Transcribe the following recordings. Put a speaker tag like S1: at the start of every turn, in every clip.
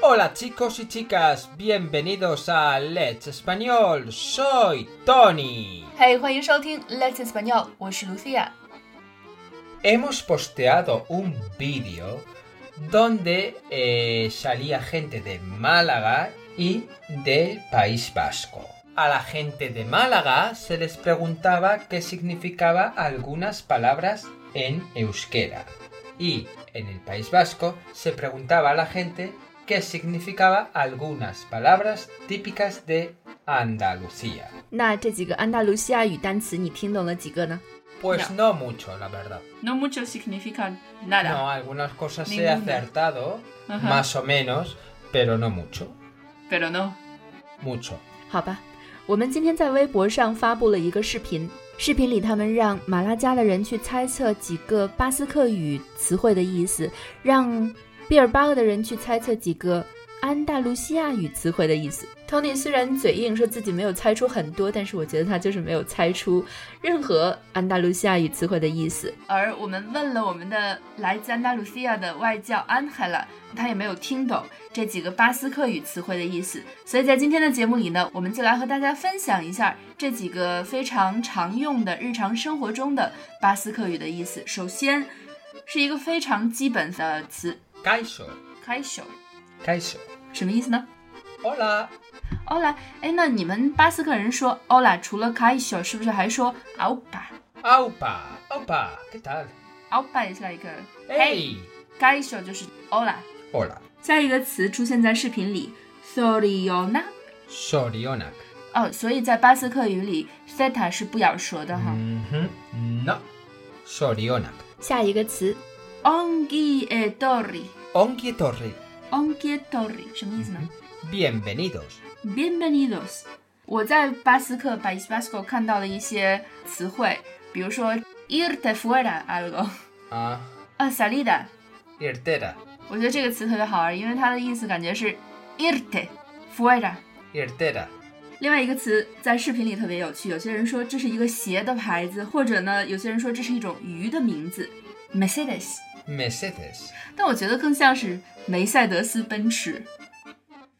S1: Hola chicos y chicas, bienvenidos a Let's Español. Soy Tony.
S2: Hey，欢迎收听 Let's Español，我是 Lucia。
S1: Hemos posteado un vídeo donde eh, salía gente de Málaga y del País Vasco. A la gente de Málaga se les preguntaba qué significaba algunas palabras en euskera. Y en el País Vasco se preguntaba a la gente qué significaba algunas palabras típicas de Andalucía.
S3: 那这几个安达卢西亚语单词你听懂了几个呢？
S1: Pues no mucho, la verdad.
S2: No mucho significan nada.
S1: No, algunas cosas he
S2: Ninguna.
S1: acertado,
S2: Ajá.
S1: más o menos, pero no mucho.
S2: Pero no.
S1: Mucho.
S3: 好吧，我们今天在微博上发布了一个视频，视频里他们让马拉加的人去猜测几个巴斯克语词汇的意思，让毕尔巴鄂的人去猜测几个安达卢西亚语词汇的意思。Tony 虽然嘴硬说自己没有猜出很多，但是我觉得他就是没有猜出任何安达卢西亚语词汇的意思。
S2: 而我们问了我们的来自安达卢西亚的外教安海拉，他也没有听懂这几个巴斯克语词汇的意思。所以在今天的节目里呢，我们就来和大家分享一下这几个非常常用的日常生活中的巴斯克语的意思。首先是一个非常基本的词
S1: Kaiso,
S2: k a i s h o
S1: Kaiso.
S2: 什么意思呢？
S1: Hola.
S2: Ola，哎，那你们巴斯克人说 Ola，除了 Kaisho，是不是还说 Aupa？Aupa
S1: Aupa, opa, ¿qué tal?
S2: is like a-
S1: ¡Hey!
S2: Kaisho 就是 Ola。
S1: Hola.
S2: 下一个词出现在视频里 s o r i y o n a
S1: Sorionak.
S2: 哦，所以在巴斯克语里 Seta 是不咬舌的哈。
S1: Mhm. No. Sorionak.
S3: 下一个词
S2: Ongi e dori，Ongi
S1: Ongi torri.
S2: e dori 什么意思呢、
S1: Bienvenidos.
S3: 嗯
S2: b i e n v e n i d o s 我在巴斯克 b a i s b a s c o 看到了一些词汇，比如说 irte fuera algo，
S1: Ah,
S2: 啊 salida。
S1: irtera.
S2: 我觉得这个词特别好玩，因为它的意思感觉是 irte fuera。
S1: Irtera.
S2: 另外一个词在视频里特别有趣，有些人说这是一个鞋的牌子，或者呢，有些人说这是一种鱼的名字 Mercedes，
S1: Mesetes.
S2: 但我觉得更像是梅赛德斯奔驰，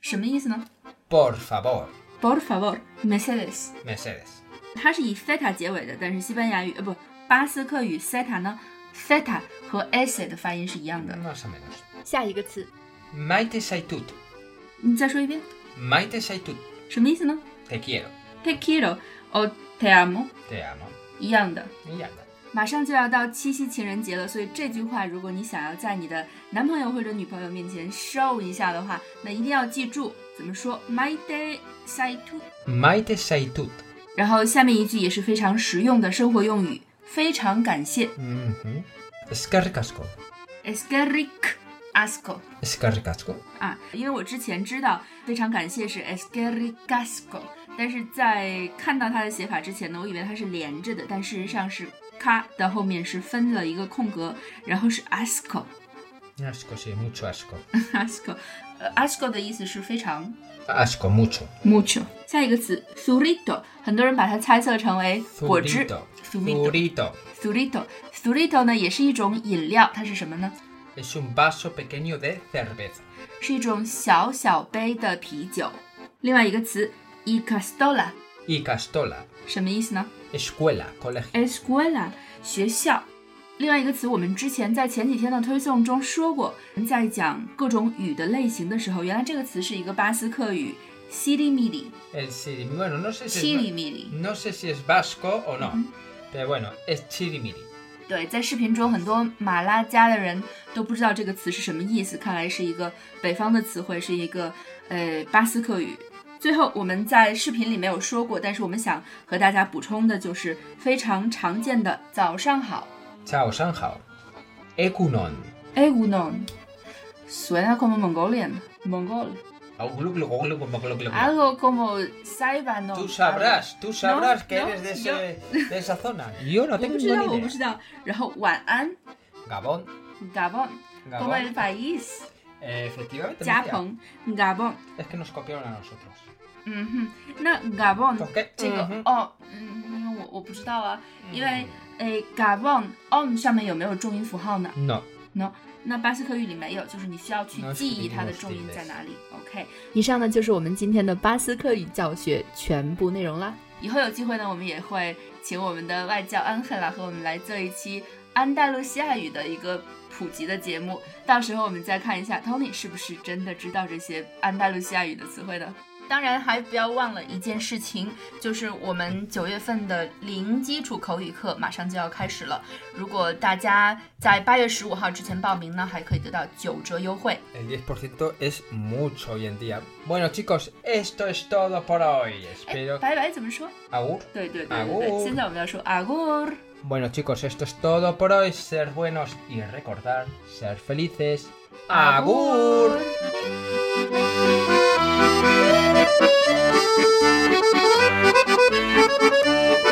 S2: 什么意思呢
S1: Por favor.
S2: ？Por favor Mercedes，
S1: Mercedes.
S2: 它是以 theta 结尾的，但是西班牙语呃不巴斯克语 theta 呢，theta 和 s 的发音是一样的。
S1: Más o menos.
S3: 下一个词
S1: Maite saitut.
S2: 你再说一遍，
S1: Maite saitut.
S2: 什么意思呢
S1: Te quiero.
S2: ？Te quiero o te amo，
S1: Te amo.
S2: 一样的。
S1: Y anda.
S2: 马上就要到七夕情人节了，所以这句话，如果你想要在你的男朋友或者女朋友面前 show 一下的话，那一定要记住怎么说 my day say to。
S1: Maite saitut.
S2: 然后下面一句也是非常实用的生活用语，非常感谢
S1: Mhm. Escarricasco.
S2: es que ric asco
S1: Escarricasco.
S2: 啊，因为我之前知道非常感谢是 es que ric asco，但是在看到它的写法之前呢，我以为它是连着的，但事实上是咔的后面是分了一个空格，然后是 asco。
S1: Asco, sí, mucho asco.
S2: asco，呃，asco 的意思是非常
S1: Asco, mucho.
S2: mucho。下一个词 surito，很多人把它猜测成为果汁
S1: Zurito.。
S2: surito
S1: Zurito.
S2: surito surito 呢，也是一种饮料，它是什么呢？
S1: Es un vaso pequeño de cerveza.
S2: 是一种小小杯的啤酒。另外一个词 e c a s t o l a
S1: Y castola.
S2: 什么意思呢
S1: Escuela, colegio.
S2: escuela 学校。另外一个词，我们之前在前几天的推送中说过，在讲各种雨的类型的时候，原来这个词是一个巴斯克语 s i l i m i l i
S1: El siri- Bueno, no sé
S2: s
S1: si
S2: i l i
S1: es,
S2: m i l i
S1: no sé si es vasco o no. Pero bueno, es chirimiri.
S2: 对，在视频中很多马拉加的人都不知道这个词是什么意思，看来是一个北方的词汇，是一个呃巴斯克语。最后我们在视频里没有说过，但是我们想和大家补充的就是非常常见的“早上好
S1: Chao, Sanjao. Egunon.
S2: ”，“e g u n o n suena como Mongolian Mongol algo como Saibano。
S1: Tú sabrás, tú sabrás
S2: No,
S1: que
S2: no,
S1: eres de,
S2: yo-
S1: ese- de esa zona. Yo no
S2: 哎我
S1: tengo
S2: 不知道，
S1: ni
S2: 我
S1: idea.
S2: 不知道。然后晚安
S1: Gabón,
S2: Gabon como
S1: Gabón.
S2: el país
S1: Eh, efectivamente.
S2: 加
S1: Murcia.
S2: 蓬 Gabon。
S1: Es que nos copiaron a nosotros.
S2: 嗯哼，那 Gabon
S1: ¿Por qué?
S2: 这个、
S1: Mhm.
S2: 哦，嗯，因为我我不知道啊，因为诶 Gabon on 上面有没有重音符号呢？
S1: No,
S2: No，那巴斯克语里没有，就是你需要去
S1: No
S2: 记忆它的
S1: speaking
S2: 重
S1: of
S2: 音在
S1: English
S2: 哪里。OK，
S3: 以上呢就是我们今天的巴斯克语教学全部内容啦。
S2: 以后有机会呢，我们也会请我们的外教安赫拉和我们来做一期安大陆西亚语的一个普及的节目。到时候我们再看一下 Tony 是不是真的知道这些安大陆西亚语的词汇呢？当然，还不要忘了一件事情，就是我们九月份的零基础口语课马上就要开始了。如果大家在八月十五号之前报名呢，还可以得到九折优惠。
S1: El 10% es mucho hoy en día. Bueno, chicos, esto es todo por hoy.
S2: 哎
S1: Espero.，
S2: 拜拜怎么说？
S1: Agur.
S2: 对对对对对，
S1: Agur
S2: 现啊在我们要说啊 agur。
S1: Bueno, chicos, esto es todo por hoy. Ser buenos y recordar ser felices. ¡Agur!
S4: Thank you.